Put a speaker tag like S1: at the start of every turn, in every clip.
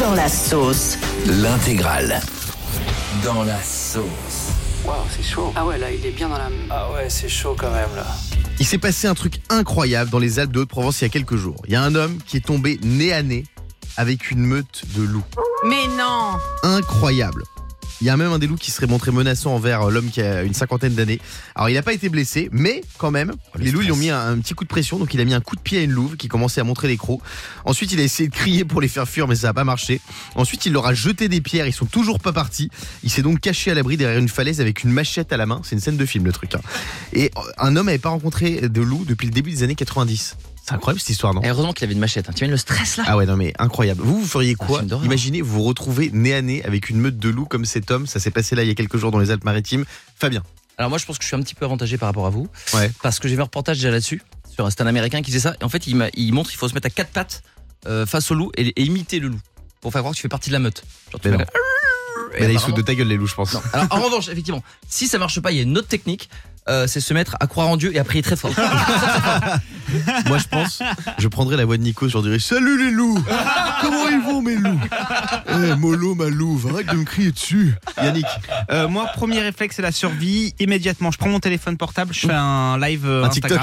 S1: Dans la sauce.
S2: L'intégrale. Dans la sauce.
S3: Waouh, c'est chaud.
S4: Ah ouais, là, il est bien dans la.
S3: Ah ouais, c'est chaud quand même là.
S5: Il s'est passé un truc incroyable dans les Alpes de Haute-Provence il y a quelques jours. Il y a un homme qui est tombé nez à nez avec une meute de loups.
S6: Mais non
S5: Incroyable. Il y a même un des loups qui serait montré menaçant envers euh, l'homme qui a une cinquantaine d'années. Alors il n'a pas été blessé, mais quand même,
S2: le
S5: les loups lui ont
S2: stress.
S5: mis un, un petit coup de pression, donc il a mis un coup de pied à une louve qui commençait à montrer les crocs. Ensuite il a essayé de crier pour les faire fuir, mais ça n'a pas marché. Ensuite il leur a jeté des pierres, ils sont toujours pas partis. Il s'est donc caché à l'abri derrière une falaise avec une machette à la main. C'est une scène de film le truc. hein. Et euh, un homme n'avait pas rencontré de loup depuis le début des années 90. C'est incroyable cette histoire, non
S2: Eh, Heureusement qu'il avait une machette. hein. Tu imagines le stress là
S5: ah ouais, non mais incroyable. Vous, vous feriez
S2: un
S5: quoi
S2: film d'horreur.
S5: Imaginez, vous vous retrouvez nez à nez avec une meute de loups comme cet homme. Ça s'est passé là il y a quelques jours dans les Alpes-Maritimes. Fabien.
S2: Alors moi je pense que je suis un petit peu avantagé par rapport à vous.
S5: Ouais.
S2: Parce que j'ai vu un reportage déjà là-dessus. Sur un- C'est un américain qui faisait ça. Et en fait il, m'a- il montre qu'il faut se mettre à quatre pattes euh, face au loup et, et imiter le loup. Pour faire croire que tu fais partie de la meute. Genre, tu
S5: Mais
S2: fais
S5: non.
S2: comme- Et
S5: Mais là, ils
S2: apparemment-
S5: sautent de ta gueule les loups, je pense.
S2: Non. Alors, en revanche, effectivement, si ça marche pas, il y a une autre technique. euh, c'est se mettre à croire en Dieu et à prier très fort.
S5: Moi, je pense, je prendrais la voix de Nico, je leur dirais Salut les loups Comment ils vont, mes loups Eh, Molo, ma louve, arrête de me crier dessus Yannick,
S7: Euh, moi, premier réflexe, c'est la survie. Immédiatement, je prends mon téléphone portable, je fais un live euh,
S5: Un TikTok. Ah,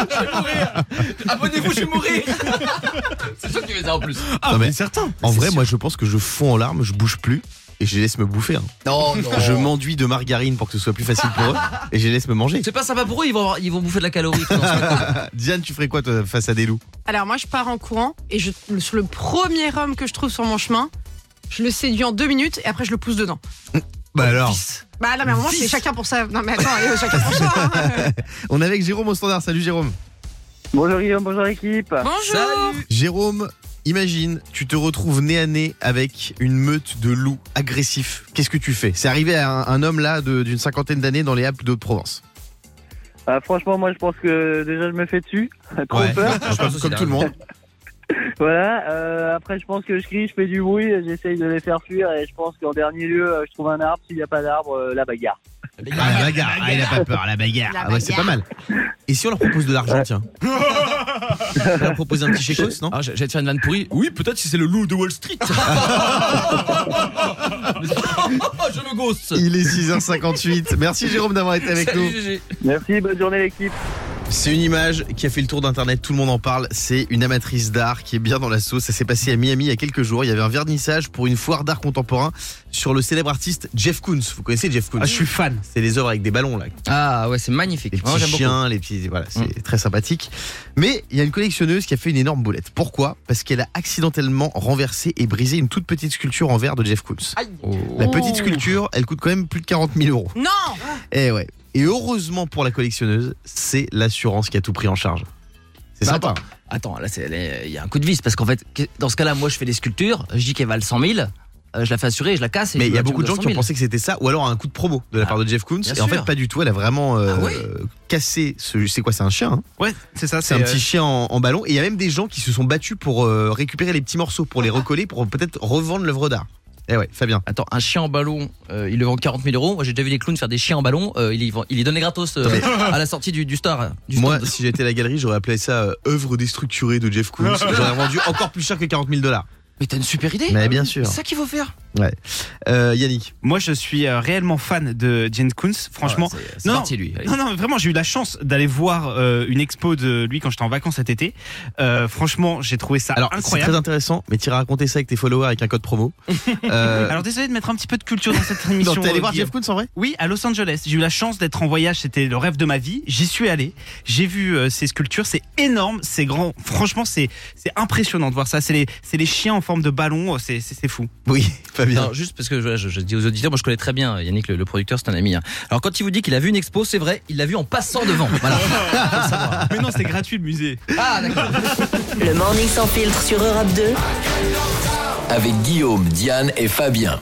S2: Abonnez-vous, je vais mourir C'est sûr que tu fais ça en plus.
S7: Ah,
S5: Non, mais
S7: mais certain.
S5: en
S2: C'est
S5: vrai,
S2: sûr.
S5: moi, je pense que je fonds en larmes, je bouge plus. Et je les laisse me bouffer. hein.
S2: Non, non.
S5: Je m'enduis de margarine pour que ce soit plus facile pour eux. Et je les laisse me manger.
S2: C'est pas sympa pour eux, ils vont, avoir- ils vont bouffer de la calorie. pendant ce temps.
S5: Diane, tu ferais quoi toi, face à des loups
S6: Alors moi, je pars en courant et je, le- sur le premier homme que je trouve sur mon chemin, je le séduis en deux minutes et après je le pousse dedans.
S5: Bah alors.
S2: Fils.
S6: Bah là, mais à un moment,
S2: Fils.
S6: c'est chacun pour ça. Non mais attends, euh, chacun pour soi. hein.
S5: On est avec Jérôme au standard. Salut Jérôme.
S3: Bonjour Guillaume, bonjour équipe.
S6: Bonjour.
S2: Salut.
S5: Jérôme, imagine, tu te retrouves nez à nez avec une meute de loups agressifs. Qu'est-ce que tu fais C'est arrivé à un, un homme là de- d'une cinquantaine d'années dans les Alpes de Provence.
S3: Ah, franchement, moi je pense que déjà je me fais dessus. Trop peur.
S2: pense
S5: Comme,
S2: aussi,
S5: comme
S2: là.
S5: tout le monde.
S3: Voilà. euh, après, je pense que je crie, je fais du bruit, j'essaye de les faire fuir et je pense qu'en dernier lieu, euh, je trouve un arbre. S'il n'y a pas d'arbre, euh, la bagarre.
S5: Ah, la bagarre, Ah, il a pas peur, la bagarre.
S6: La
S5: Ah ouais, c'est pas mal. Et si on leur propose de l'argent, tiens On leur propose un petit chécos, non
S2: Ah, J'allais te faire une vanne pourrie. Oui, peut-être si c'est le loup de Wall Street. je le ghost.
S5: Il est 6h58. Merci Jérôme d'avoir été avec nous.
S2: Salut, GG.
S3: Merci, bonne journée l'équipe.
S5: C'est une image qui a fait le tour d'internet, tout le monde en parle. C'est une amatrice d'art qui est bien dans la sauce. Ça s'est passé à Miami il y a quelques jours. Il y avait un vernissage pour une foire d'art contemporain sur le célèbre artiste Jeff Koons. Vous connaissez Jeff Koons
S7: Ah, je suis fan.
S5: C'est les œuvres avec des ballons là,
S2: Ah ouais, c'est magnifique.
S5: les petits
S2: Vraiment, j'aime beaucoup.
S5: chiens, les petits. Voilà, c'est très sympathique. Mais il y a une collectionneuse qui a fait une énorme boulette. Pourquoi Parce qu'elle a accidentellement renversé et brisé une toute petite sculpture en verre de Jeff Koons. La petite
S6: Oh.
S5: sculpture, elle coûte quand même plus de 40 000 euros.
S6: Non.
S5: Eh ouais. Et heureusement pour la collectionneuse, c'est l'assurance qui a tout pris en charge. C'est
S2: Bah,
S5: sympa.
S2: Attends, là, c'est- là, il y a un coup de vis parce qu'en fait, que- dans ce cas-là, moi, je fais des sculptures, je dis qu'elle valent 100 000, euh, je la fais assurer, je la casse. et
S5: Mais
S2: je
S5: il y a
S2: la
S5: beaucoup de
S2: tue
S5: gens qui ont
S2: 100 000.
S5: pensé que c'était ça, ou alors un coup de promo de la
S2: Ah,
S5: part de Jeff Koons.
S2: bien
S5: Et en
S2: sûr.
S5: fait, pas du tout. Elle a vraiment euh,
S2: Ah ouais
S5: cassé ce. C'est quoi C'est un chien. hein
S7: Ouais, c'est ça.
S5: c'est un
S7: euh,
S5: petit chien en, en ballon. Et il y a même des gens qui se sont battus pour euh, récupérer les petits morceaux, pour les recoller, pour peut-être revendre l'œuvre d'art. Eh ouais, Fabien.
S2: Attends, un chien en ballon, euh, il le vend 40 000 euros. Moi, j'ai déjà vu des clowns faire des chiens en ballon, euh, il, y vend- il les donnait gratos euh, à la sortie du, du star. euh, Du
S5: Moi,
S2: stand.
S5: si j'étais à la galerie, j'aurais appelé ça euh, œuvre déstructurée de Jeff Koons. j'aurais vendu encore plus cher que 40 000 dollars.
S2: mais t'as une super idée.
S5: Mais bien sûr.
S2: C'est ça qu'il faut faire.
S5: Euh, Yannick.
S7: Moi, je suis euh, réellement fan de James Koons. Franchement,
S2: Ah ouais, c'est c'est
S7: Non,
S2: parti lui. Allez.
S7: Non, non, vraiment, j'ai eu la chance d'aller voir euh, une expo de lui quand j'étais en vacances cet été. Euh, franchement, j'ai trouvé ça
S5: Alors, c'est
S7: Ah, incroyable.
S5: très intéressant, mais tu iras raconter ça avec tes followers avec un code promo. Euh,
S7: Alors, désolé de mettre un petit peu de culture dans cette
S5: non,
S7: émission.
S5: t'es allé
S7: euh,
S5: voir
S7: Guillaume.
S5: Jeff Koons en vrai
S7: Oui, à Los Angeles. J'ai eu la chance d'être en voyage. C'était le rêve de ma vie. J'y suis allé. J'ai vu euh, ces sculptures. C'est énorme. C'est grand. Franchement, c'est c'est impressionnant de voir ça. C'est les, c'est les chiens en forme de ballon. Euh, C'est c'est- c'est fou.
S5: Oui, Fabien.
S2: Non, juste parce que voilà, je, je dis aux auditeurs, moi je connais très bien euh, Yannick, le, le producteur, c'est un ami. hein. Alors quand il vous dit qu'il a vu une expo, c'est vrai, il l'a vu en passant devant. Voilà.
S7: Mais non, c'est gratuit le musée.
S2: Ah, d'accord.
S1: Le morning sans filtre sur Europe 2.
S8: Avec Guillaume, Diane et Fabien.